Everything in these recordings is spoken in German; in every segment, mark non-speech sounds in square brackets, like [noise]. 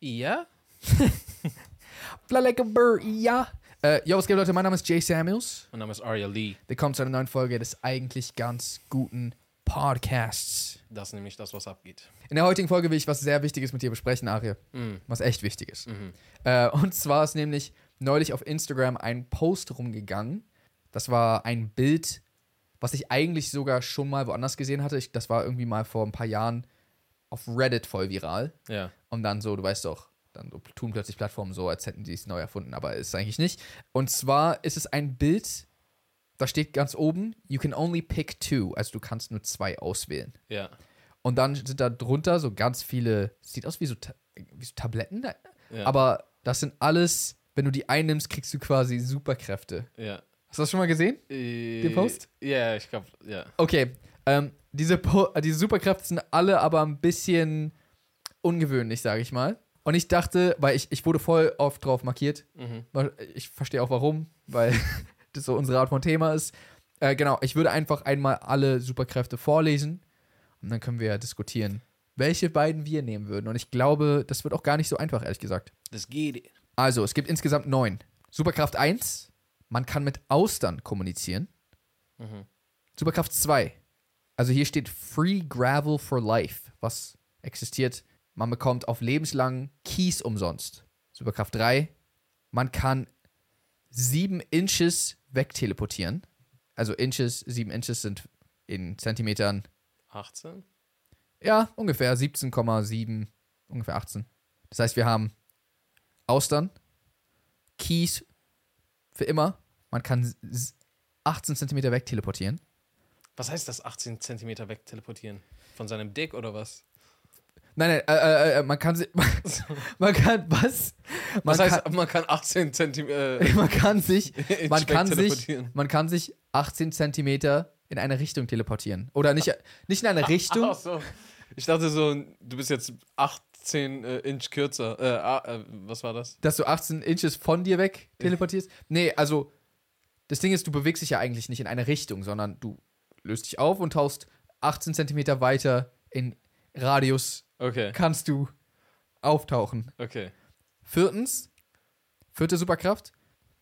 Ja? Fly like a bird, ja. Äh, yo, was geht, Leute? Mein Name ist Jay Samuels. Mein Name ist Arya Lee. Willkommen zu einer neuen Folge des eigentlich ganz guten Podcasts. Das ist nämlich das, was abgeht. In der heutigen Folge will ich was sehr Wichtiges mit dir besprechen, Arie. Mhm. Was echt Wichtiges. Mhm. Äh, und zwar ist nämlich neulich auf Instagram ein Post rumgegangen. Das war ein Bild, was ich eigentlich sogar schon mal woanders gesehen hatte. Ich, das war irgendwie mal vor ein paar Jahren auf Reddit voll viral. Ja. Und dann so, du weißt doch, dann so tun plötzlich Plattformen so, als hätten die es neu erfunden, aber ist eigentlich nicht. Und zwar ist es ein Bild, da steht ganz oben, you can only pick two, also du kannst nur zwei auswählen. Ja. Und dann sind da drunter so ganz viele, sieht aus wie so, Ta wie so Tabletten, da, ja. aber das sind alles, wenn du die einnimmst, kriegst du quasi Superkräfte. Ja. Hast du das schon mal gesehen? Den Post? Ja, ich glaube, ja. Okay, ähm, diese, po äh, diese Superkräfte sind alle aber ein bisschen ungewöhnlich, sage ich mal. Und ich dachte, weil ich, ich wurde voll oft drauf markiert. Mhm. Weil- Ich verstehe auch warum, weil [laughs] das so unsere Art von Thema ist. Äh, genau, ich würde einfach einmal alle Superkräfte vorlesen und dann können wir diskutieren, welche beiden wir nehmen würden. Und ich glaube, das wird auch gar nicht so einfach, ehrlich gesagt. Das geht. Also, es gibt insgesamt neun. Superkraft 1, man kann mit Austern kommunizieren. Mhm. Superkraft 2. Also hier steht Free Gravel for Life, was existiert. Man bekommt auf lebenslang Kies umsonst. Superkraft 3. Man kann 7 Inches wegteleportieren. Also Inches, 7 Inches sind in Zentimetern, 18? ja, ungefähr 17,7, ungefähr 18. Das heißt, wir haben Austern, Kies für immer. Man kann s- s- 18 Zentimeter wegteleportieren. Was heißt das 18 Zentimeter wegteleportieren? Von seinem Dick oder was? Nein, nein, äh, äh, äh, man kann sie. [laughs] Man kann was? Man Was heißt, kann, man kann 18 Zentimeter äh, [laughs] [laughs] man kann sich. Inch Man kann sich. wegteleportieren? Man kann sich 18 Zentimeter in eine Richtung teleportieren. Oder nicht, nicht in Ah, eine Richtung. Ach so. Ich dachte so, du bist jetzt 18 äh, Inch kürzer. Äh, ah, äh, was war das? Dass du 18 Inches von dir weg teleportierst. Nee, also. Das Ding ist, du bewegst dich ja eigentlich nicht in eine Richtung, sondern du löst dich auf und tauchst 18 Zentimeter weiter in Radius. Okay, Kannst du auftauchen. okay. [laughs] Viertens, vierte Superkraft,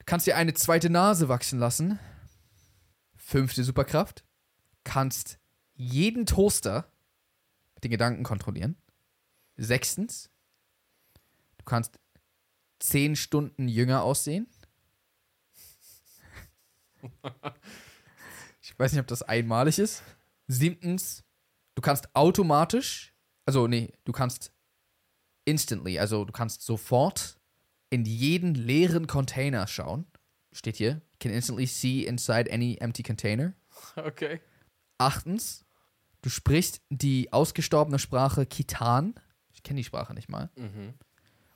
du kannst dir eine zweite Nase wachsen lassen. Fünfte Superkraft, kannst jeden Toaster mit den Gedanken kontrollieren. Sechstens, du kannst zehn Stunden jünger aussehen. Ich weiß nicht, ob das einmalig ist. Siebtens, du kannst automatisch, also nee, du kannst instantly, also du kannst sofort in jeden leeren Container schauen. Steht hier. Can instantly see inside any empty container. Okay. Achtens, du sprichst die ausgestorbene Sprache Kitan. Ich kenne die Sprache nicht mal. Mhm.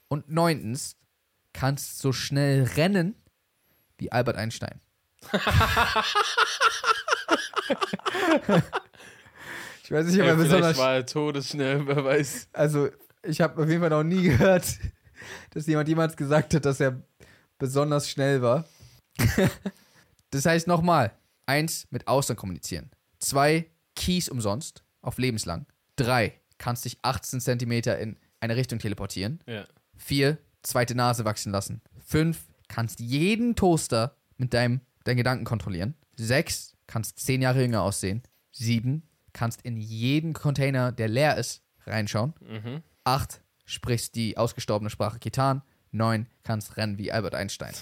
Und neuntens, kannst so schnell rennen wie [laughs] Albert Einstein. ich weiß nicht, ob er Ja, besonders vielleicht war er todesschnell, [laughs] wer weiß. Also, ich habe auf jeden Fall noch nie [laughs] gehört, dass jemand jemals gesagt hat, dass er besonders schnell war. [laughs] das heißt nochmal: eins, mit Ausland kommunizieren. Zwei, Keys umsonst, auf lebenslang. Drei, kannst dich 18 Zentimeter in eine Richtung teleportieren. Ja. Vier, zweite Nase wachsen lassen. Fünf, kannst jeden Toaster mit deinem, deinen Gedanken kontrollieren. Sechs, kannst zehn Jahre jünger aussehen. Sieben, kannst in jeden Container, der leer ist, reinschauen. Mhm. Acht, sprichst die ausgestorbene Sprache Kitan. Neun, kannst rennen wie Albert Einstein.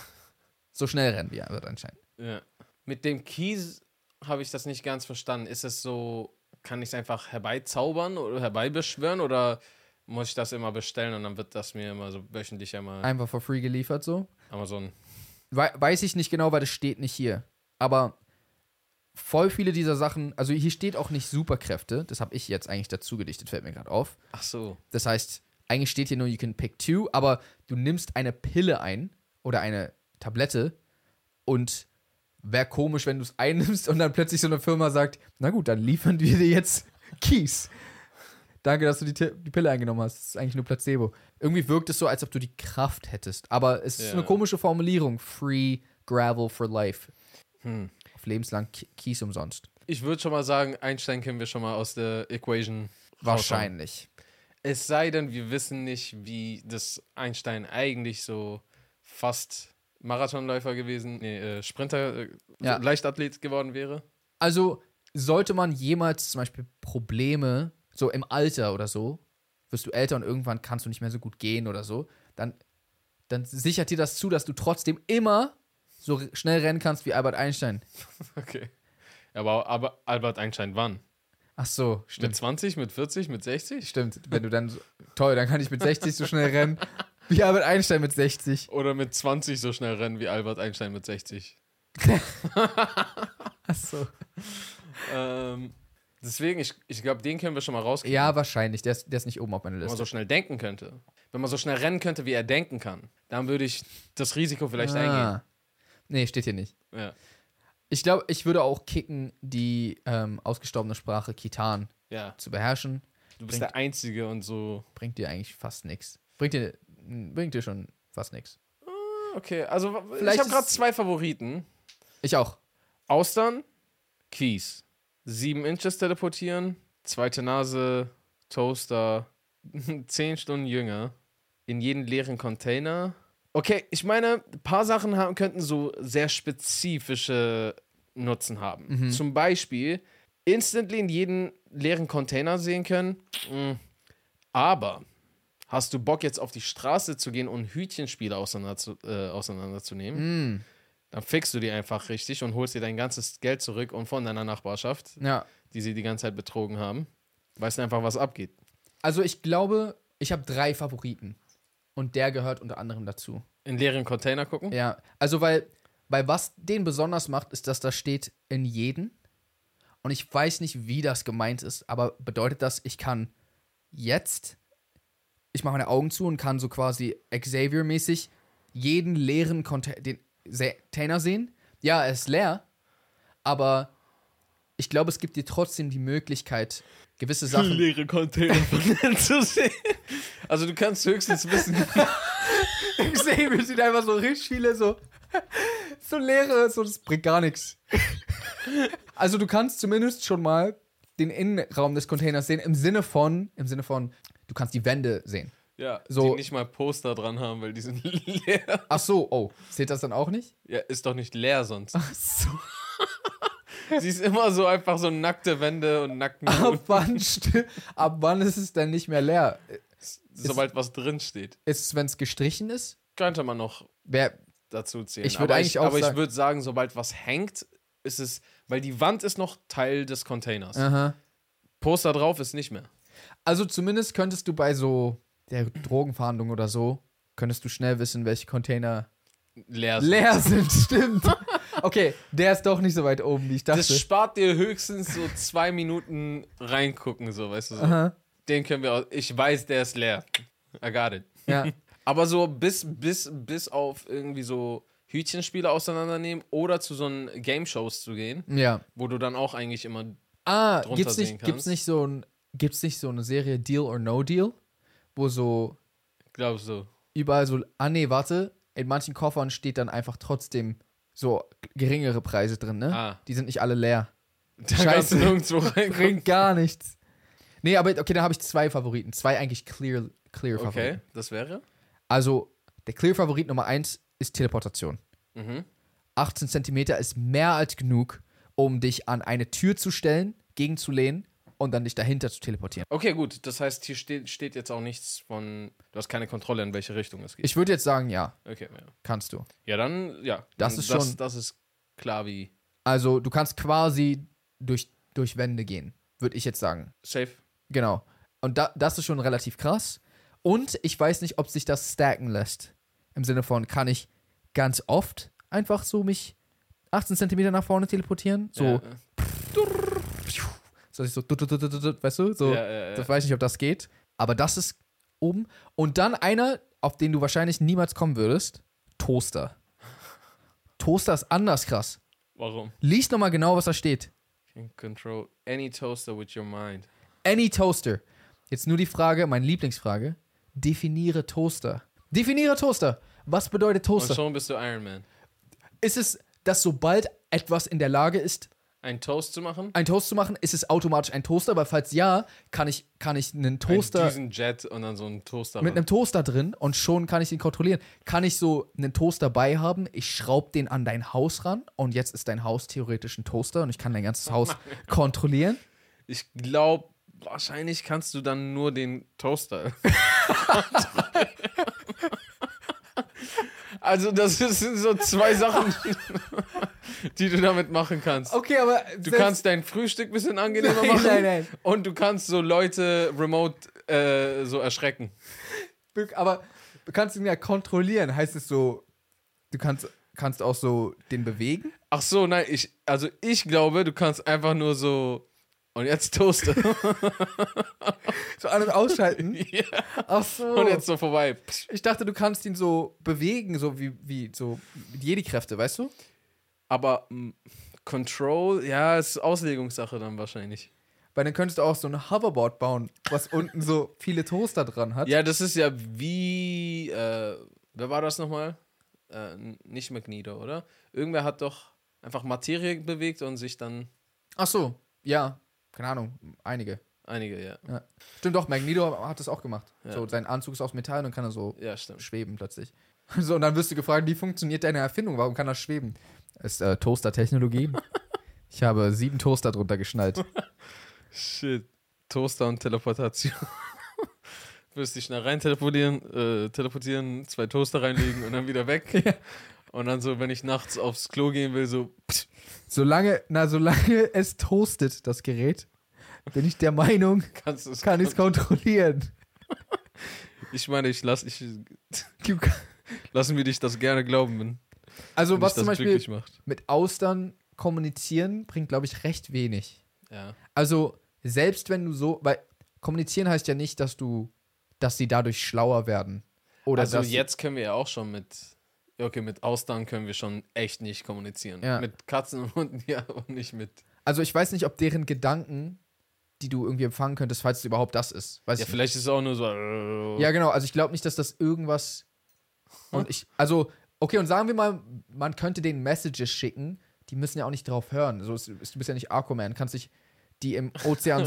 So schnell rennen wie Albert Einstein. ja. Mit dem Kies habe ich das nicht ganz verstanden. Ist es so, kann ich es einfach herbeizaubern oder herbeibeschwören oder muss ich das immer bestellen und dann wird das mir immer so wöchentlich einmal Einfach for free geliefert so. Amazon. Wei- weiß ich nicht genau, weil das steht nicht hier. Aber voll viele dieser Sachen, also hier steht auch nicht Superkräfte. Das habe ich jetzt eigentlich dazu gedichtet, fällt mir gerade auf. Ach so. Das heißt, eigentlich steht hier nur, you can pick two, aber du nimmst eine Pille ein oder eine Tablette und wäre komisch, wenn du es [laughs] einnimmst und dann plötzlich so eine Firma sagt, na gut, dann liefern wir dir jetzt [laughs] Kies. Danke, dass du die, Ti- die Pille eingenommen hast. Das ist eigentlich nur Placebo. Irgendwie wirkt es so, als ob du die Kraft hättest. Aber es ist Ja. eine komische Formulierung. Free Gravel for Life. Hm. Auf lebenslang Ki- Kies umsonst. Ich würde schon mal sagen, Einstein können wir schon mal aus der Equation raushauen. Wahrscheinlich. Es sei denn, wir wissen nicht, wie das Einstein eigentlich so fast Marathonläufer gewesen, nee, äh, Sprinter, äh, Ja. Leichtathlet geworden wäre. Also sollte man jemals zum Beispiel Probleme, so im Alter oder so, wirst du älter und irgendwann kannst du nicht mehr so gut gehen oder so, dann, dann sichert dir das zu, dass du trotzdem immer so r- schnell rennen kannst wie Albert Einstein. Okay. Aber, aber Albert Einstein wann? Ach so, Mit stimmt. 20, mit 40, mit 60? Stimmt, wenn du dann so, toll, dann kann ich mit 60 so schnell rennen [laughs] wie Albert Einstein mit 60. Oder mit 20 so schnell rennen wie Albert Einstein mit 60? Ach so. Ähm, deswegen, ich, ich glaube, den können wir schon mal rauskriegen. Ja, wahrscheinlich, der ist, der ist nicht oben auf meiner Wenn man Liste. so schnell denken könnte. Wenn man so schnell rennen könnte, wie er denken kann, dann würde ich das Risiko vielleicht eingehen. Ah. Nee, steht hier nicht. Ja. Ich glaube, ich würde auch kicken, die ähm, ausgestorbene Sprache Kitan ja, zu beherrschen. du bist Bringt- der Einzige und so. bringt dir eigentlich fast nichts. Bringt dir, bringt dir schon fast nichts. Okay, also Vielleicht ich habe gerade ist- zwei Favoriten. Ich auch. Austern, Kies. Sieben Inches teleportieren, zweite Nase, Toaster, [laughs] zehn Stunden jünger, in jeden leeren Container. Okay, ich meine, ein paar Sachen haben, könnten so sehr spezifische Nutzen haben. Zum Beispiel instantly in jeden leeren Container sehen können. Mm. Aber hast du Bock jetzt auf die Straße zu gehen und Hütchenspiele auseinander zu, äh, auseinanderzunehmen? Dann fickst du die einfach richtig und holst dir dein ganzes Geld zurück und von deiner Nachbarschaft, Ja. die sie die ganze Zeit betrogen haben. Weißt du einfach, was abgeht. Also ich glaube, ich habe drei Favoriten. Und der gehört unter anderem dazu. In leeren Container gucken? Ja. Also weil, weil was den besonders macht, ist, dass da steht in jeden. Und ich weiß nicht, wie das gemeint ist, aber bedeutet das, ich kann jetzt, ich mache meine Augen zu und kann so quasi Xavier-mäßig jeden leeren Container, den Se- Container sehen. Ja, er ist leer, aber ich glaube, es gibt dir trotzdem die Möglichkeit, [laughs] gewisse Sachen. Leere Container von innen zu sehen. Also du kannst höchstens wissen, Xavier sieht einfach so richtig viele, so, [laughs] so leere, so, das bringt gar nichts. Also du kannst zumindest schon mal den Innenraum des Containers sehen, im Sinne von, im Sinne von, du kannst die Wände sehen. [laughs] ja, So. die nicht mal Poster dran haben, weil die sind [laughs] leer. Ach so, oh, zählt das dann auch nicht? Ja, ist doch nicht leer sonst. Ach so. [laughs] Sie ist immer so einfach so nackte Wände und nackten [laughs] Ab Boden, wann, sti- ab wann ist es denn nicht mehr leer? sobald was drin steht. Ist es, wenn es gestrichen ist? Könnte man noch Wer, dazu zählen. Ich würd aber eigentlich auch aber ich sagen- würde sagen, sobald was hängt, ist es, weil die Wand ist noch Teil des Containers. aha. Poster drauf ist nicht mehr. Also zumindest könntest du bei so der Drogenverhandlung oder so, könntest du schnell wissen, welche Container Leer. sind. leer sind, stimmt. Okay, der ist doch nicht so weit oben, wie ich Das dachte. spart dir höchstens so zwei Minuten reingucken, so, weißt du. So. Aha, Den können wir, au- ich weiß, der ist leer. I got it. ja. Aber so bis, bis, bis auf irgendwie so Hütchenspiele auseinandernehmen oder zu so einen Game-Shows zu gehen, ja. wo du dann auch eigentlich immer Ah, Drunter gibt's sehen nicht, kannst. gibt's nicht so ein, gibt's nicht so eine Serie Deal or No Deal, wo so glaubst so, überall so, ah nee, warte, in manchen Koffern steht dann einfach trotzdem so geringere Preise drin, ne? Ah. Die sind nicht alle leer. da kannst Scheiße. du nirgendwo reingucken. Bringt gar nichts. Nee, aber okay, dann habe ich zwei Favoriten. Zwei eigentlich clear, clear Favoriten. Okay, das wäre? Also, der clear Favorit Nummer eins ist Teleportation. 18 Zentimeter ist mehr als genug, um dich an eine Tür zu stellen, gegenzulehnen und dann dich dahinter zu teleportieren. Okay, gut. Das heißt, hier steht, steht jetzt auch nichts von. Du hast keine Kontrolle, in welche Richtung es geht. Ich würde jetzt sagen, ja, Okay, ja. kannst du. Ja, dann, ja. Das dann, ist das, schon- Das ist klar wie. Also, du kannst quasi durch, durch Wände gehen, würde ich jetzt sagen. Safe. Genau. Und da, das ist schon relativ krass. Und ich weiß nicht, ob sich das stacken lässt. Im Sinne von, kann ich ganz oft einfach so mich 18 Zentimeter nach vorne teleportieren? So, Ja, so dass ich so, du, du, du, du, du, du, weißt du? So, ja, ja, ja. das weiß ich nicht, ob das geht. Aber das ist oben. Und dann einer, auf den du wahrscheinlich niemals kommen würdest: Toaster. Toaster ist anders krass. Warum? Lies nochmal genau, was da steht. Can control any toaster with your mind. Any Toaster. Jetzt nur die Frage, meine Lieblingsfrage. Definiere Toaster. Definiere Toaster. Was bedeutet Und Toaster? schon bist du Iron Man. Ist es, dass sobald etwas in der Lage ist, einen Toast zu machen? einen Toast zu machen, ist es automatisch ein Toaster, weil falls ja, kann ich, kann ich einen Toaster Diesen Jet und dann so einen Toaster. mit ran. einem Toaster drin und schon kann ich ihn kontrollieren. Kann ich so einen Toaster bei haben, ich schraube den an dein Haus ran und jetzt ist dein Haus theoretisch ein Toaster und ich kann dein ganzes [laughs] Haus kontrollieren. ich glaube, wahrscheinlich kannst du dann nur den [laughs] Toaster. also, das sind so zwei Sachen, die du damit machen kannst. Okay, aber Du kannst dein Frühstück ein bisschen angenehmer Nein, machen. nein, nein. Und du kannst so Leute remote äh, so erschrecken. aber kannst ihn ja kontrollieren, heißt es so, du kannst, kannst auch so den bewegen? Ach so, nein, ich, also ich glaube, du kannst einfach nur so. Und jetzt Toaster. [laughs] So an- und [laughs] ausschalten? Ja. Ach so. Und jetzt so vorbei. ich dachte, du kannst ihn so bewegen, so wie, wie so Jedi-Kräfte, weißt du? Aber mm, Control, ja, ist Auslegungssache dann wahrscheinlich. Weil dann könntest du auch so ein Hoverboard bauen, was unten so viele Toaster dran hat. Ja, das ist ja wie. Äh, wer war das nochmal? Äh, n- nicht Magneto, oder? Irgendwer hat doch einfach Materie bewegt und sich dann. Ach so, ja. Keine Ahnung, einige. Einige, ja. Ja. Stimmt doch, Magneto hat das auch gemacht. Ja. So, sein Anzug ist aus Metall und dann kann er so Ja, stimmt. schweben plötzlich. [laughs] So, und dann wirst du gefragt, wie funktioniert deine Erfindung? Warum kann das schweben? Ist [laughs] äh, Toaster-Technologie. ich habe sieben Toaster drunter geschnallt. Shit. Toaster und Teleportation. [laughs] Wirst dich schnell rein teleportieren, äh, teleportieren, zwei Toaster reinlegen und dann wieder [laughs] weg. Und dann so, wenn ich nachts aufs Klo gehen will, so. Solange, na, solange es toastet, das Gerät, bin ich [laughs] der Meinung, Kannst du es kann ich es kontrollieren. Ich meine, ich lass, [laughs] ich Du kann- [laughs] lassen wir dich das gerne glauben, wenn, Also, wenn was dich zum das Beispiel glücklich macht. mit Austern kommunizieren, bringt, glaube ich, recht wenig. Ja. Also, selbst wenn du so, weil kommunizieren heißt ja nicht, dass du, dass sie dadurch schlauer werden. Oder also dass, jetzt können wir ja auch schon mit, okay, mit Austern können wir schon echt nicht kommunizieren. Ja. Mit Katzen und Hunden [laughs] ja und nicht mit. Also, ich weiß nicht, ob deren Gedanken, die du irgendwie empfangen könntest, falls es überhaupt das ist. Weiß Ja, ich nicht. vielleicht ist es auch nur so. ja, genau. Also, ich glaube nicht, dass das irgendwas. Und ich, also, okay, und sagen wir mal, man könnte denen Messages schicken, die müssen ja auch nicht drauf hören. So, es- es- du bist ja nicht Aquaman, kannst dich die im Ozean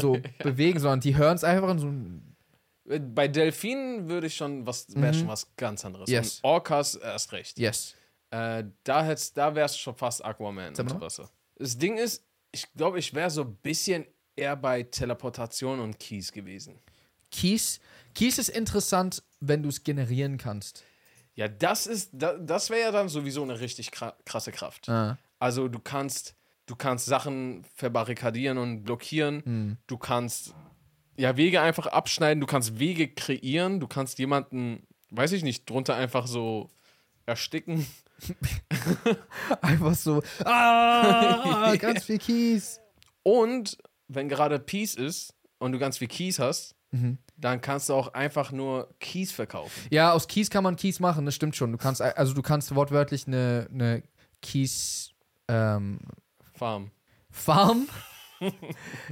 [laughs] so bewegen, sondern die hören es einfach und so. Bei Delfinen würde ich schon was, wäre schon was ganz anderes. Mhm. Yes. Und Orcas erst recht. Yes. Äh, da hätt's, da wär's schon fast Aquaman Sag mal. unter Wasser. Das Ding ist, ich glaube, ich wäre so ein bisschen eher bei Teleportation und Keys gewesen. Kies, Kies ist interessant, wenn du es generieren kannst. Ja, das ist, da, das wäre ja dann sowieso eine richtig kra- krasse Kraft. Ah. Also du kannst, du kannst Sachen verbarrikadieren und blockieren. Du kannst ja Wege einfach abschneiden. Du kannst Wege kreieren. Du kannst jemanden, weiß ich nicht, drunter einfach so ersticken. Einfach [laughs] so, ah, ganz viel Kies. Und wenn gerade Peace ist und du ganz viel Keys hast, dann kannst du auch einfach nur Keys verkaufen. Ja, aus Kies kann man Kies machen, das stimmt schon. Du kannst, also du kannst wortwörtlich eine, eine Kies ähm, Farm. [laughs] Farm.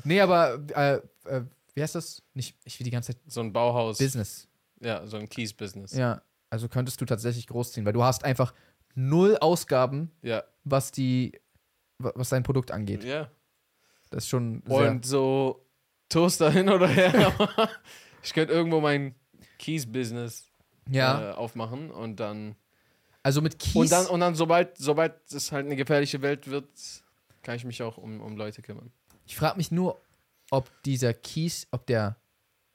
nee, aber äh, äh, wie heißt das? Nicht, ich will die ganze Zeit So ein Bauhaus. Business. ja, so ein Keys-Business. Ja. Ja. Also könntest du tatsächlich großziehen, weil du hast einfach null Ausgaben, ja. was die, wa- was dein Produkt angeht. Das ist schon sehr. Und so Toaster hin oder her. [laughs] ich könnte irgendwo mein Keys-Business ja. äh, aufmachen und dann Also mit Kies. und dann und dann sobald sobald es halt eine gefährliche Welt wird, kann ich mich auch um, um Leute kümmern. Ich frage mich nur, ob dieser Kies, ob der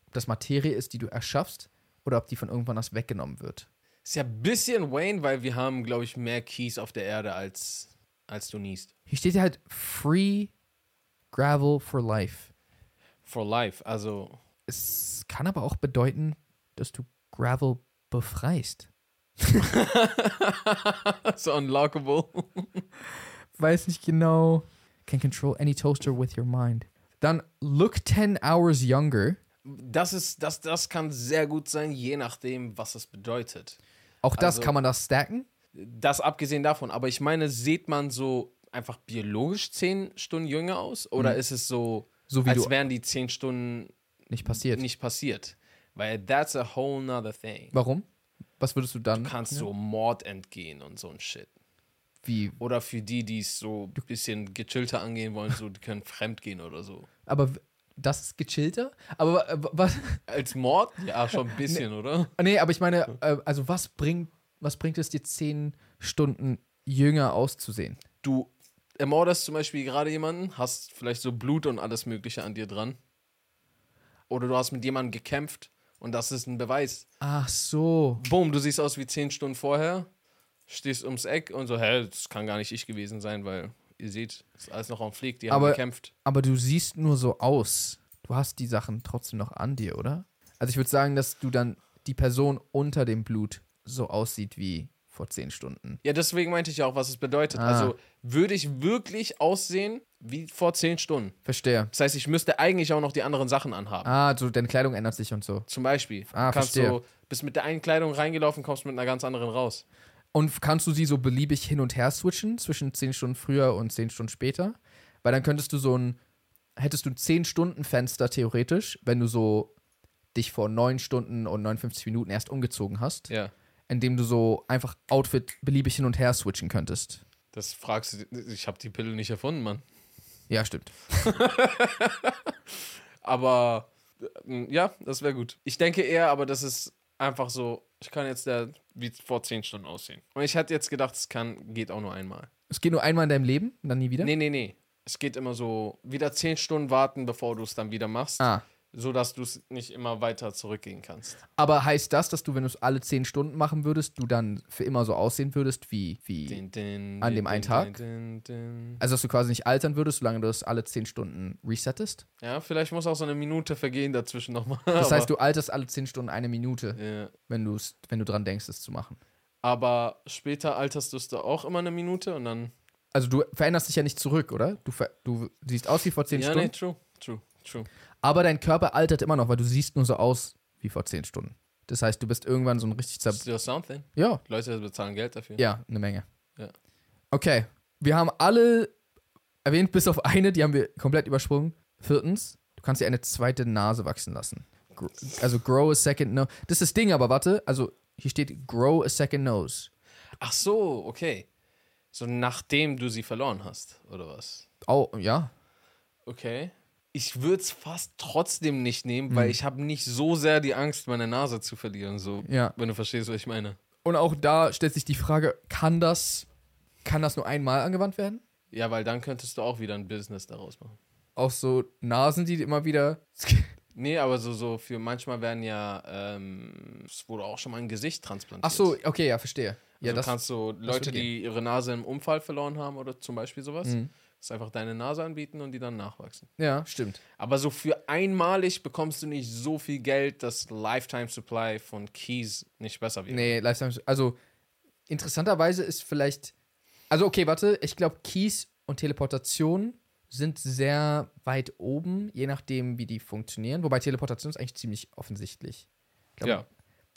ob das Materie ist, die du erschaffst, oder ob die von irgendwann was weggenommen wird. Ist ja ein bisschen Wayne, weil wir haben glaube ich mehr Keys auf der Erde als als du niest. Hier steht ja halt Free Gravel for Life. For life, [laughs] also Es kann aber auch bedeuten, dass du Gravel befreist. so unlockable. Weiß nicht genau. Can control any toaster with your mind. Dann look 10 hours younger. Das ist das das kann sehr gut sein, je nachdem, was es bedeutet. Auch das Also- kann man das stacken. Das abgesehen davon, aber ich meine, sieht man so einfach biologisch zehn Stunden jünger aus oder ist es so, Mhm. So wie als du- wären die zehn Stunden Nicht passiert. nicht passiert. Weil that's a whole nother thing. Warum? Was würdest du dann? Du kannst so Mord entgehen und so ein Shit. Wie? Oder für die, die es so ein bisschen gechillter angehen wollen, so, die können fremdgehen oder so. Aber w- das ist gechillter? Aber äh, w- was? Als Mord? Ja, [laughs] schon ein bisschen, oder? Nee, aber ich meine, äh, also was bringt, was bringt es dir zehn Stunden jünger auszusehen? Du ermordest zum Beispiel gerade jemanden, hast vielleicht so Blut und alles Mögliche an dir dran. Oder du hast mit jemandem gekämpft und das ist ein Beweis. Ach so. Boom, du siehst aus wie zehn Stunden vorher, stehst ums Eck und so, hä, das kann gar nicht ich gewesen sein, weil ihr seht, ist alles noch am Flieg, die haben Aber- gekämpft. Aber du siehst nur so aus. Du hast die Sachen trotzdem noch an dir, oder? Also ich würde sagen, dass du dann die Person unter dem Blut so aussieht wie vor zehn Stunden. Ja, deswegen meinte ich ja auch, was es bedeutet. Ah. Also würde ich wirklich aussehen wie vor zehn Stunden. Verstehe. Das heißt, ich müsste eigentlich auch noch die anderen Sachen anhaben. Ah, so deine Kleidung ändert sich und so. Zum Beispiel. Ah, kannst verstehe. du bist mit der einen Kleidung reingelaufen, kommst mit einer ganz anderen raus. Und kannst du sie so beliebig hin und her switchen zwischen 10 Stunden früher und 10 Stunden später? Weil dann könntest du so ein, hättest du ein 10-Stunden-Fenster theoretisch, wenn du so dich vor 9 Stunden und 59 Minuten erst umgezogen hast, Ja. indem du so einfach Outfit beliebig hin und her switchen könntest. Das fragst du, ich habe die Pille nicht erfunden, Mann. Ja, stimmt. Aber ähm, ja, das wäre gut. Ich denke eher, aber das ist einfach so, ich kann jetzt der wie vor zehn Stunden aussehen. Und ich hatte jetzt gedacht, es kann, geht auch nur einmal. Es geht nur einmal in deinem Leben und dann nie wieder? Nee, nee, nee. Es geht immer so, wieder zehn Stunden warten, bevor du es dann wieder machst, Ah. sodass du es nicht immer weiter zurückgehen kannst. Aber heißt das, dass du, wenn du es alle 10 Stunden machen würdest, du dann für immer so aussehen würdest wie, wie Din, din, An din, dem einen din, Tag? din, din, din. also dass du quasi nicht altern würdest, solange du es alle 10 Stunden resettest? Ja, vielleicht muss auch so eine Minute vergehen dazwischen nochmal. Das heißt, du alterst alle 10 Stunden eine Minute, Ja. wenn, du's, wenn du dran denkst, es zu machen. Aber später alterst du es da auch immer eine Minute und dann. Also du veränderst dich ja nicht zurück, oder? Du, ver du siehst aus wie vor 10 ja, Stunden, nee, true, true, true. aber dein Körper altert immer noch, weil du siehst nur so aus wie vor 10 Stunden. Das heißt, du bist irgendwann so ein richtig zer... Still something. Ja, Leute bezahlen Geld dafür. ja, eine Menge. Ja. Okay, wir haben alle erwähnt, bis auf eine, die haben wir komplett übersprungen. Viertens, du kannst dir eine zweite Nase wachsen lassen. Gr also grow a second nose. Das ist das Ding, aber warte, also hier steht grow a second nose. Ach so, okay. So nachdem du sie verloren hast, oder was? Oh, ja, Okay. Ich würde es fast trotzdem nicht nehmen, Mhm. weil ich habe nicht so sehr die Angst, meine Nase zu verlieren, so Ja. wenn du verstehst, was ich meine. Und auch da stellt sich die Frage, kann das, kann das nur einmal angewandt werden? Ja, weil dann könntest du auch wieder ein Business daraus machen. Auch so Nasen, die immer wieder. Nee, aber so, so für manchmal werden ja, ähm, es wurde auch schon mal ein Gesicht transplantiert. Ach so, okay, ja, verstehe. Ja, also das, kannst du Leute, wird gehen. die ihre Nase im Unfall verloren haben oder zum Beispiel sowas, Mhm. ist einfach deine Nase anbieten und die dann nachwachsen. ja, stimmt. Aber so für einmalig bekommst du nicht so viel Geld, dass Lifetime Supply von Keys nicht besser wird. Nee, Lifetime. Also, interessanterweise ist vielleicht. Also, okay, warte, ich glaube, Keys und Teleportation sind sehr weit oben, je nachdem, wie die funktionieren. Wobei Teleportation ist eigentlich ziemlich offensichtlich. Ich glaub, Ja.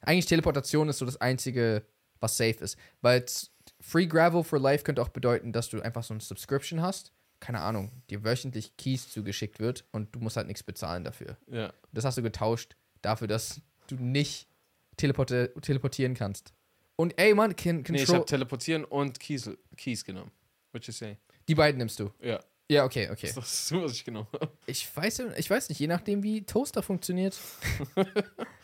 Eigentlich Teleportation ist so das Einzige, was safe ist. Weil z- Free Gravel for Life könnte auch bedeuten, dass du einfach so eine Subscription hast. Keine Ahnung, dir wöchentlich Keys zugeschickt wird und du musst halt nichts bezahlen dafür. Ja. Das hast du getauscht dafür, dass du nicht teleporte teleportieren kannst. Und ey, Mann, can Nee, ich Control. habe Teleportieren und Keys, Keys genommen. What you say? die beiden nimmst du. Ja, Ja, okay, okay. das ist so, was ich genommen habe. Ich weiß, ja- ich weiß nicht, je nachdem, wie Toaster funktioniert. [laughs]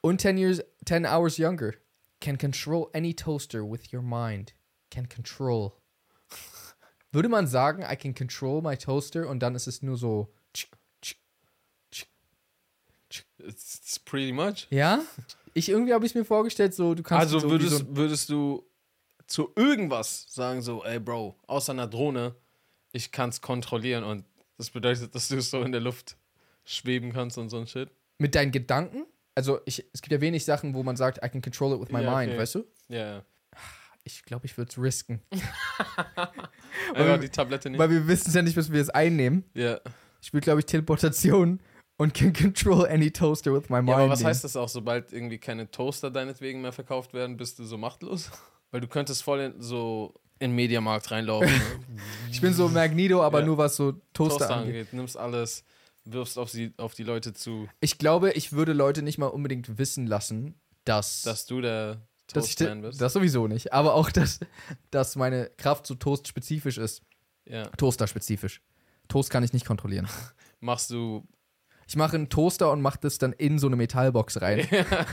Und 10 years, 10 hours younger. Can control any toaster with your mind. Can control. Würde man sagen, I can control my toaster und dann ist es nur so. tsch, tsch. It's, it's pretty much. Ja? Ich irgendwie habe ich mir vorgestellt, so du kannst Also so wie würdest, so ein- würdest du zu irgendwas sagen, so, ey Bro, außer einer Drohne, ich kann es kontrollieren und das bedeutet, dass du so in der Luft schweben kannst und so ein Shit. mit deinen Gedanken. Also ich, es gibt ja wenig Sachen, wo man sagt, I can control it with my Ja, mind, okay. weißt du? Ja, ja. Ich glaube, ich würde es risken. Einfach die Tablette nehmen. Weil wir wissen es ja nicht, bis wir es einnehmen. Ja. Ich will, glaube ich, Teleportation [laughs] und can control any toaster with my mind. Ja, aber was nehmen. heißt das auch, sobald irgendwie keine Toaster deinetwegen mehr verkauft werden, bist du so machtlos? [laughs] Weil du könntest voll in, so in den Mediamarkt [laughs] reinlaufen, ne? Ich bin so Magneto, aber Ja. nur was so Toaster, Toaster angeht. angeht, nimmst alles, wirfst auf, sie, auf die Leute zu, Ich glaube, ich würde Leute nicht mal unbedingt wissen lassen, dass, dass du der dass ich, Toastman da- bist. das sowieso nicht, aber auch, [laughs] dass, dass meine Kraft zu Toast spezifisch ist. ja. Toaster spezifisch. Toast kann ich nicht kontrollieren. Machst du. Ich mache einen Toaster und mache das dann in so eine Metallbox rein. [laughs]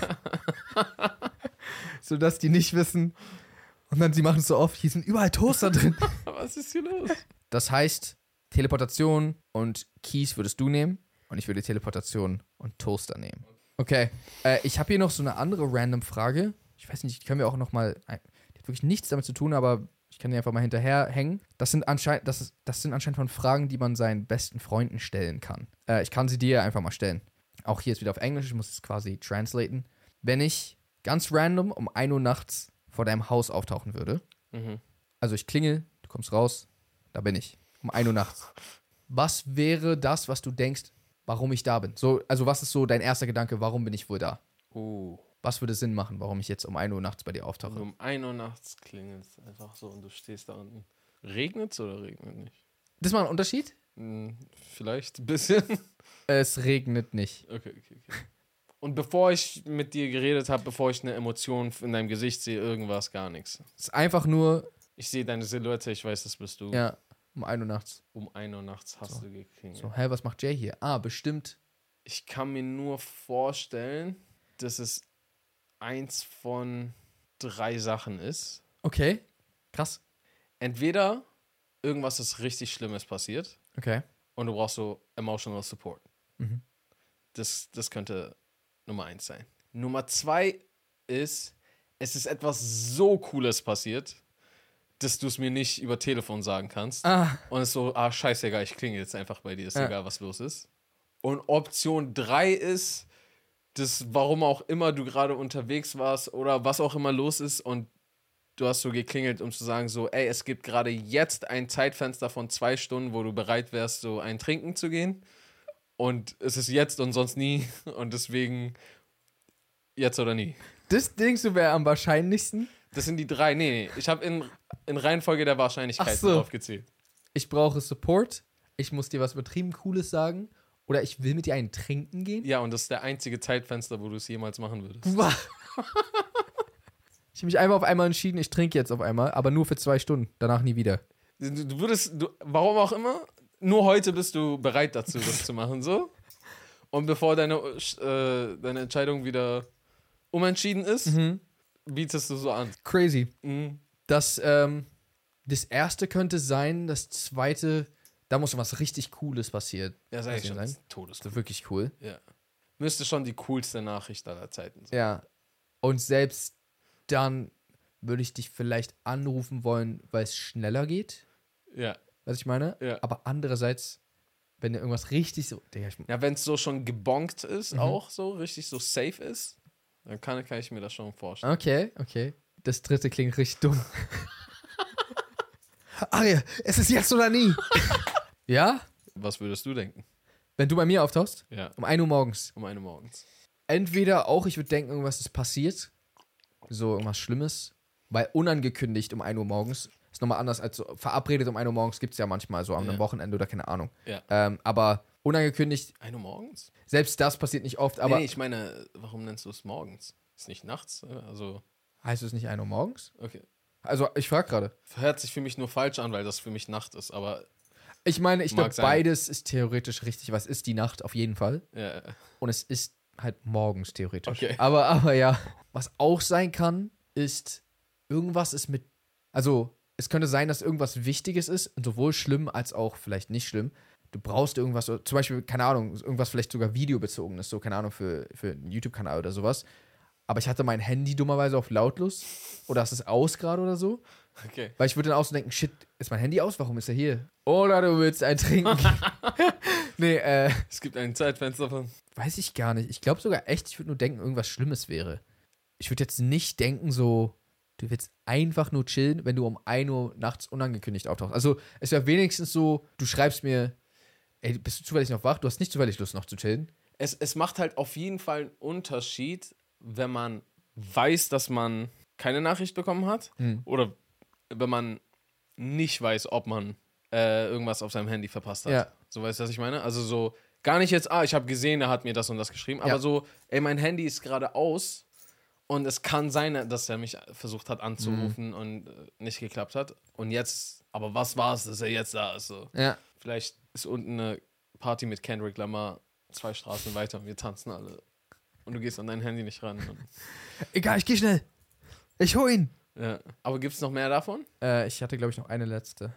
Sodass die nicht wissen. Und dann, sie machen es so oft, hier sind überall Toaster drin. Was ist hier los? Das heißt, Teleportation und Keys würdest du nehmen und ich würde Teleportation und Toaster nehmen. Okay, äh, ich habe hier noch so eine andere random Frage. Ich weiß nicht, die können wir auch noch mal. ein- Die hat wirklich nichts damit zu tun, aber ich kann die einfach mal hinterherhängen. Das sind anscheinend, das, ist, das sind anscheinend von Fragen, die man seinen besten Freunden stellen kann. Äh, ich kann sie dir einfach mal stellen. Auch hier ist wieder auf Englisch. Ich muss es quasi translaten. Wenn ich ganz random um 1 Uhr nachts vor deinem Haus auftauchen würde, [laughs] Mhm. also ich klingel, du kommst raus, da bin ich. Um 1 Uhr nachts. Was wäre das, was du denkst, warum ich da bin? So, also was ist so dein erster Gedanke, warum bin ich wohl da? Uh. Was würde Sinn machen, warum ich jetzt um 1 Uhr nachts bei dir Also auftauche? um 1 Uhr nachts klingelt es einfach so und du stehst da unten. Regnet es oder regnet nicht? Das macht einen Unterschied? Hm, vielleicht ein bisschen. Es regnet nicht. Okay, okay, okay. Und bevor ich mit dir geredet habe, bevor ich eine Emotion in deinem Gesicht sehe, irgendwas, gar nichts. Es ist einfach nur, Ich sehe deine Silhouette, ich weiß, das bist du. ja, um 1 Uhr nachts. Um 1 Uhr nachts hast du geklingelt. So, hä, was macht Jay hier? Ah, bestimmt. Ich kann mir nur vorstellen, dass es eins von drei Sachen ist. Okay. Krass. Entweder irgendwas ist richtig Schlimmes passiert Okay. und du brauchst so emotional support. Mhm. Das, das könnte Nummer eins sein. Nummer zwei ist, es ist etwas so Cooles passiert, dass du es mir nicht über Telefon sagen kannst. Ah, Und es ist so, ah, scheißegal, ich klinge jetzt einfach bei dir, ist Ja. egal, was los ist. Und Option 3 ist, das, warum auch immer du gerade unterwegs warst oder was auch immer los ist und du hast so geklingelt, um zu sagen, so, ey, es gibt gerade jetzt ein Zeitfenster von zwei Stunden, wo du bereit wärst, so ein Trinken zu gehen. Und es ist jetzt und sonst nie. [laughs] Und deswegen jetzt oder nie. das denkst du wäre am wahrscheinlichsten? Das sind die drei. Nee, nee. ich habe in, in Reihenfolge der Wahrscheinlichkeiten Ach so. draufgezählt. Ich brauche Support. Ich muss dir was übertrieben Cooles sagen. Oder ich will mit dir einen trinken gehen. Ja, und das ist der einzige Zeitfenster, wo du es jemals machen würdest. Wah. Ich habe mich einmal auf einmal entschieden, ich trinke jetzt auf einmal, aber nur für zwei Stunden, danach nie wieder. Du, du würdest, du, warum auch immer, nur heute bist du bereit dazu, [laughs] das zu machen, so. Und bevor deine, äh, deine Entscheidung wieder umentschieden ist, bietest du so an. Crazy. Mhm. Das, ähm, das erste könnte sein, das zweite, da muss was richtig Cooles passieren. Ja, sag ich Kann schon. das das ist Todes. So wirklich cool. Ja. Müsste schon die coolste Nachricht aller Zeiten sein. Ja. Und selbst dann würde ich dich vielleicht anrufen wollen, weil es schneller geht, Ja. was ich meine. Ja. Aber andererseits, wenn dir irgendwas richtig so. Digga, ich, Ja, wenn es so schon gebonkt ist, auch so, richtig so safe ist, dann kann, kann ich mir das schon vorstellen. Okay, okay. Das dritte klingt richtig dumm. [laughs] Aria, es ist jetzt oder nie. [laughs] ja? Was würdest du denken? Wenn du bei mir auftauchst, Ah. Ja. um 1 Uhr morgens. Um eine morgens. Entweder auch, ich würde denken, irgendwas ist passiert. So, irgendwas Schlimmes. Weil unangekündigt um 1 Uhr morgens ist nochmal anders als so verabredet um 1 Uhr morgens gibt es ja manchmal so am Ja. Wochenende oder keine Ahnung. Ja. Ähm, aber unangekündigt, Eine morgens? selbst das passiert nicht oft, Aber aber nee, ich meine, warum nennst du es morgens? Ist nicht nachts? oder? Also, heißt es nicht 1 Uhr morgens? okay. Also, ich frage gerade. Hört sich für mich nur falsch an, weil das für mich Nacht ist, aber Ich meine, ich Mag glaube, sein. beides ist theoretisch richtig. Was ist die Nacht auf jeden Fall? ja, Und es ist halt morgens theoretisch. Okay. Aber, aber ja. Was auch sein kann, ist, irgendwas ist mit. Also, es könnte sein, dass irgendwas Wichtiges ist, sowohl schlimm als auch vielleicht nicht schlimm. Du brauchst irgendwas, so- zum Beispiel, keine Ahnung, irgendwas vielleicht sogar videobezogenes, so, keine Ahnung, für, für einen YouTube-Kanal oder sowas. Aber ich hatte mein Handy dummerweise auf lautlos. Oder ist es aus gerade oder so? okay. Weil ich würde dann auch so denken, shit, ist mein Handy aus? Warum ist er hier? Oder du willst ein Trinken. nee, äh, Es gibt ein Zeitfenster von. weiß ich gar nicht. Ich glaube sogar echt, ich würde nur denken, irgendwas Schlimmes wäre. Ich würde jetzt nicht denken, so, du willst einfach nur chillen, wenn du um 1 Uhr nachts unangekündigt auftauchst. Also, es wäre wenigstens so, du schreibst mir, ey, bist du zufällig noch wach? Du hast nicht zufällig Lust, noch zu chillen. Es, es macht halt auf jeden Fall einen Unterschied, wenn man weiß, dass man keine Nachricht bekommen hat Hm. oder wenn man nicht weiß, ob man äh, irgendwas auf seinem Handy verpasst hat. Ja. So weißt du, was ich meine? Also so gar nicht jetzt, ah, ich habe gesehen, er hat mir das und das geschrieben, aber Ja. so, ey, mein Handy ist gerade aus Und es kann sein, dass er mich versucht hat anzurufen Hm. und äh, nicht geklappt hat. Und jetzt, aber was war es, dass er jetzt da ist? So. Ja. Vielleicht ist unten eine Party mit Kendrick Lamar zwei Straßen weiter und wir tanzen alle. Und du gehst an dein Handy nicht ran. Und, [laughs] Egal, ich geh schnell. Ich hol ihn. ja. Aber gibt es noch mehr davon? Äh, ich hatte, glaube ich, noch eine letzte.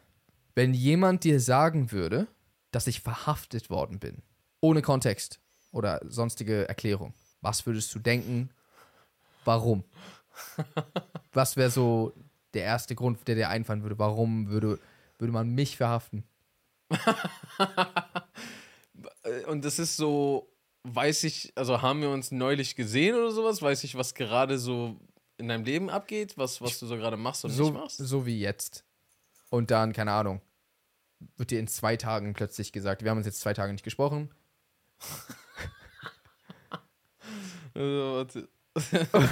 Wenn jemand dir sagen würde, dass ich verhaftet worden bin, ohne Kontext oder sonstige Erklärung, was würdest du denken? [laughs] Warum? Was wäre so der erste Grund, der dir einfallen würde? Warum würde, würde man mich verhaften? Äh, Und das ist so, weiß ich, also haben wir uns neulich gesehen oder sowas? Weiß ich, was gerade so in deinem Leben abgeht? Was, was du so gerade machst und So, nicht machst? so wie jetzt. Und dann, keine Ahnung, wird dir in zwei Tagen plötzlich gesagt, wir haben uns jetzt zwei Tage nicht gesprochen. [laughs] Also, warte.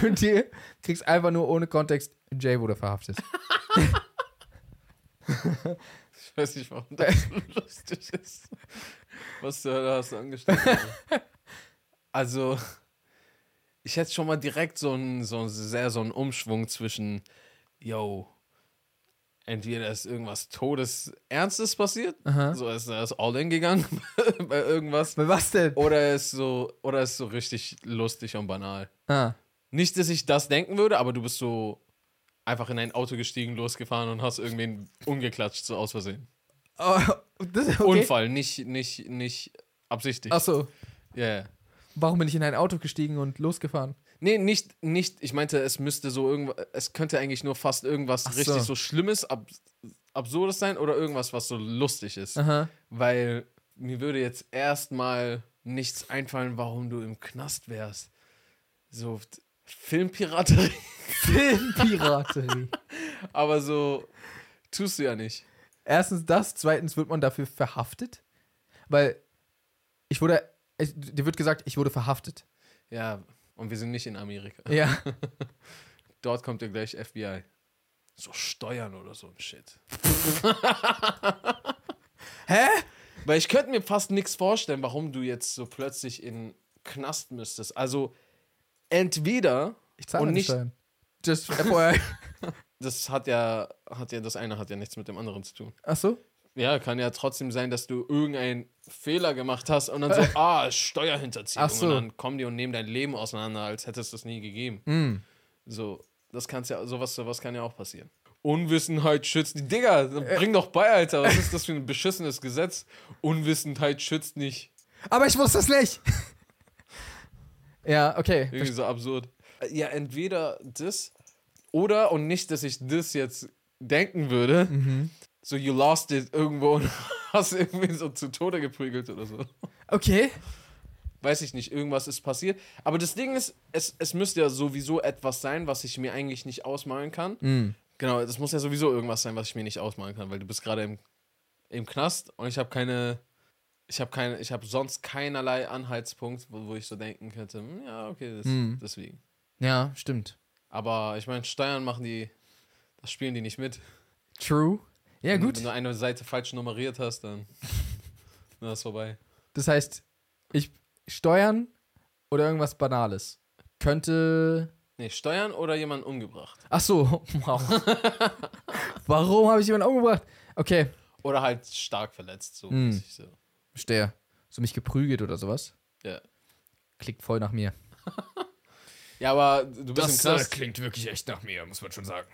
Und du kriegst einfach nur ohne Kontext, Jay wurde verhaftet. Ich weiß nicht, warum das so [laughs] lustig ist. Was zur Hölle hast du angestellt? [laughs] also, ich hätte schon mal direkt so einen so einen- sehr so einen Umschwung zwischen, yo, entweder ist irgendwas Todesernstes passiert, so ist er ist all in gegangen [laughs] bei irgendwas, Was denn? oder ist so, oder ist so richtig lustig und banal. Ah. Nicht, dass ich das denken würde, aber du bist so einfach in ein Auto gestiegen, losgefahren und hast irgendwen umgeklatscht, so aus Versehen. Oh, das, okay. Unfall, nicht, nicht, nicht absichtlich. Achso, Ja, ja. warum bin ich in ein Auto gestiegen und losgefahren? Nee, nicht, nicht, ich meinte, es müsste so irgendwas, es könnte eigentlich nur fast irgendwas Ach so. richtig so Schlimmes, ab, Absurdes sein oder irgendwas, was so lustig ist. [laughs] Aha. Weil mir würde jetzt erstmal nichts einfallen, warum du im Knast wärst. So t- Filmpiraterie, [laughs] Filmpiraterie. aber so tust du ja nicht. Erstens das, zweitens wird man dafür verhaftet, weil ich wurde, ich, dir wird gesagt, ich wurde verhaftet. Ja, und wir sind nicht in Amerika. Ja. Dort kommt ja gleich FBI. So Steuern oder so ein Shit. Hä? Weil ich könnte mir fast nichts vorstellen, warum du jetzt so plötzlich in Knast müsstest. Also entweder Ich zahle Und meine nicht- Steuern. Just FYI. [laughs] das hat ja hat ja das eine hat ja nichts mit dem anderen zu tun. Achso. Ja, kann ja trotzdem sein, dass du irgendeinen Fehler gemacht hast und [laughs] dann so ah Steuerhinterziehung Ach so. und dann kommen die und nehmen dein Leben auseinander, als hättest du es nie gegeben. Hm. So, das kann's ja sowas sowas kann ja auch passieren. Unwissenheit schützt die Digga, bring doch bei, Alter, was ist das für ein beschissenes Gesetz? Unwissenheit schützt nicht. Aber ich wusste es nicht. ja, okay. Irgendwie so absurd. Ja, entweder das oder und nicht, dass ich das jetzt denken würde. Mhm. So, you lost it irgendwo und [laughs] hast irgendwie so zu Tode geprügelt oder so. Okay. Weiß ich nicht, irgendwas ist passiert. Aber das Ding ist, es, es müsste ja sowieso etwas sein, was ich mir eigentlich nicht ausmalen kann. Mm. Genau, das muss ja sowieso irgendwas sein, was ich mir nicht ausmalen kann, weil du bist gerade im, im Knast und ich habe keine. Ich habe keine, ich habe sonst keinerlei Anhaltspunkt, wo, wo ich so denken könnte, hm, ja, okay, das, deswegen. Ja, stimmt. Aber ich meine, Steuern machen die, das spielen die nicht mit. True. Ja, Wenn- gut. Wenn du eine Seite falsch nummeriert hast, dann, [laughs] dann ist vorbei. Das heißt, ich steuern oder irgendwas Banales könnte. Nee, Steuern oder jemanden umgebracht. Ach so, [laughs] wow. Warum habe ich jemanden umgebracht? Okay, Oder halt stark verletzt, so. Hm. mäßig so. verstehe. So mich geprügelt oder sowas. Ja. Klingt voll nach mir. ja, aber du bist im Knast. klingt wirklich echt nach mir, muss man schon sagen.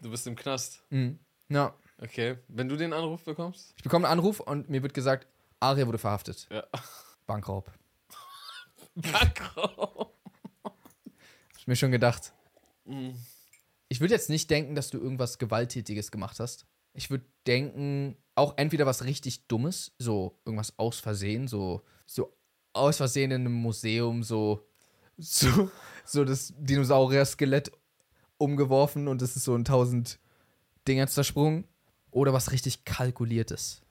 Du bist im Knast. Mhm. Ja. Okay. Wenn du den Anruf bekommst? Ich bekomme einen Anruf und mir wird gesagt, Aria wurde verhaftet. Ja. Bankraub. Makro. Hab ich mir schon gedacht. Mhm. Ich würde jetzt nicht denken, dass du irgendwas Gewalttätiges gemacht hast. Ich würde denken, auch entweder was richtig Dummes, so irgendwas aus Versehen, so, so aus Versehen in einem Museum, so, so, [laughs] so das Dinosaurier-Skelett umgeworfen und es ist so in tausend Dinger zersprungen. Oder was richtig Kalkuliertes.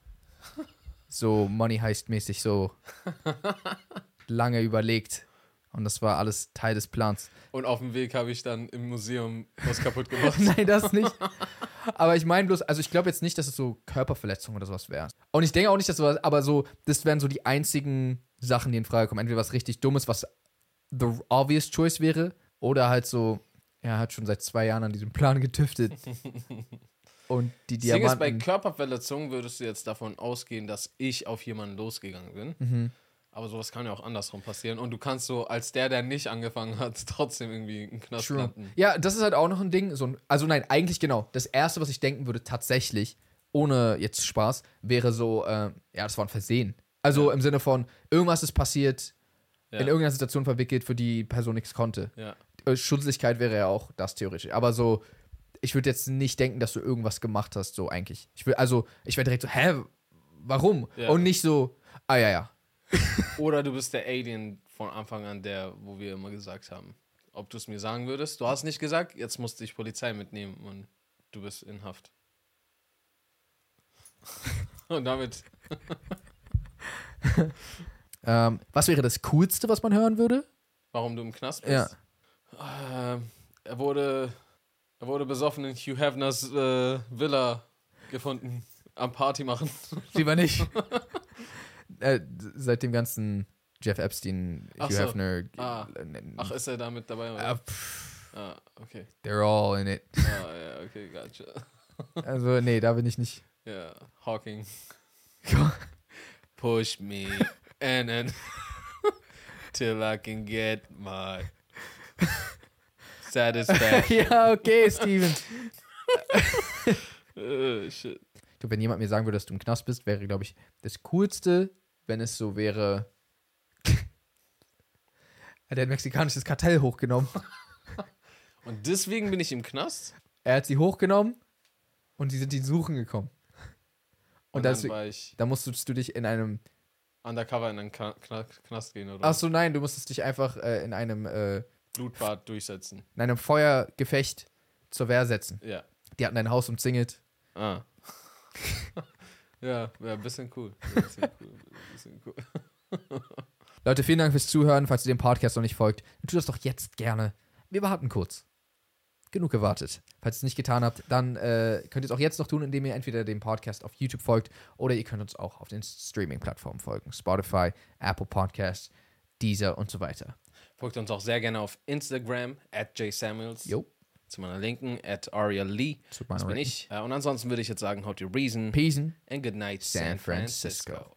So Money Heist-mäßig, so lange überlegt. Und das war alles Teil des Plans. Und auf dem Weg habe ich dann im Museum was kaputt [laughs] gemacht. Nein, das nicht. Aber ich meine bloß, also ich glaube jetzt nicht, dass es so Körperverletzungen oder sowas wäre. Und ich denke auch nicht, dass sowas, aber so, das wären so die einzigen Sachen, die in Frage kommen. Entweder was richtig Dummes, was the obvious choice wäre, Oder halt so, er hat schon seit zwei Jahren an diesem Plan getüftelt. Und die Das Ding ist, bei Diamanten. Körperverletzungen würdest du jetzt davon ausgehen, dass ich auf jemanden losgegangen bin. Mhm. Aber sowas kann ja auch andersrum passieren. Und du kannst so, als der, der nicht angefangen hat, [laughs] trotzdem irgendwie einen Knast True. landen. Ja, das ist halt auch noch ein Ding. So ein, also nein, eigentlich genau. Das Erste, was ich denken würde, tatsächlich, ohne jetzt Spaß, wäre so, äh, ja, das war ein Versehen. Also im Sinne von, irgendwas ist passiert, Ja. in irgendeiner Situation verwickelt, für die Person nichts konnte. Ja. Äh, Schutzlichkeit wäre ja auch das theoretisch. Aber so, ich würde jetzt nicht denken, dass du irgendwas gemacht hast, so eigentlich. Ich will, also, ich wäre direkt so, hä, warum? Ja. Und nicht so, ah ja, ja. Oder du bist der Alien von Anfang an, der, wo wir immer gesagt haben. Ob du es mir sagen würdest, du hast nicht gesagt, jetzt musste ich Polizei mitnehmen und du bist in Haft. [laughs] und damit, Ähm, was wäre das Coolste, was man hören würde? warum du im Knast Ja. bist. Ähm, er wurde, er wurde besoffen in Hugh Hefners äh, Villa gefunden. Am Party machen. [laughs] Lieber nicht. äh, seit dem ganzen Jeff Epstein, Ach Hugh so. Hefner. Ah. Ach, ist er damit dabei? Oder? äh, pff, Ah, okay. they're all in it. Ah, ja, okay, gotcha. Also, nee, da bin ich nicht. [laughs] Ja, Hawking. Push me and then [laughs] till I can get my [laughs] satisfaction. ja, okay, Steven. Oh, Äh, shit. Ich glaube, wenn jemand mir sagen würde, dass du im Knast bist, wäre, glaube ich, das Coolste, wenn es so wäre. [laughs] Hat er ein mexikanisches Kartell hochgenommen. Und deswegen bin ich im Knast. Er hat sie hochgenommen und sie sind ihn suchen gekommen. Und, Und dann deswegen- war ich Da musstest du dich in einem. undercover in einen Ka- Kna- Knast gehen oder Achso, nein, du musstest dich einfach äh, in einem äh, Blutbad durchsetzen. in einem Feuergefecht zur Wehr setzen. Ja. Die hatten dein Haus umzingelt. [laughs] Ah. ja, ja, bisschen cool. Bisschen cool. Bisschen cool. Leute, vielen Dank fürs Zuhören. Falls ihr dem Podcast noch nicht folgt, dann tut das doch jetzt gerne. Wir warten kurz. Genug gewartet. Falls ihr es nicht getan habt, dann äh, könnt ihr es auch jetzt noch tun, indem ihr entweder dem Podcast auf YouTube folgt oder ihr könnt uns auch auf den Streaming-Plattformen folgen. Spotify, Apple Podcasts, Deezer und so weiter. Folgt uns auch sehr gerne auf Instagram, at jsamuels. Jo, Zu meiner Linken, at Aria Lee. zu Das meiner bin Rechten. ich. Äh, Und ansonsten würde ich jetzt sagen, haut die Reason Peace. and good night, San San Francisco. Francisco.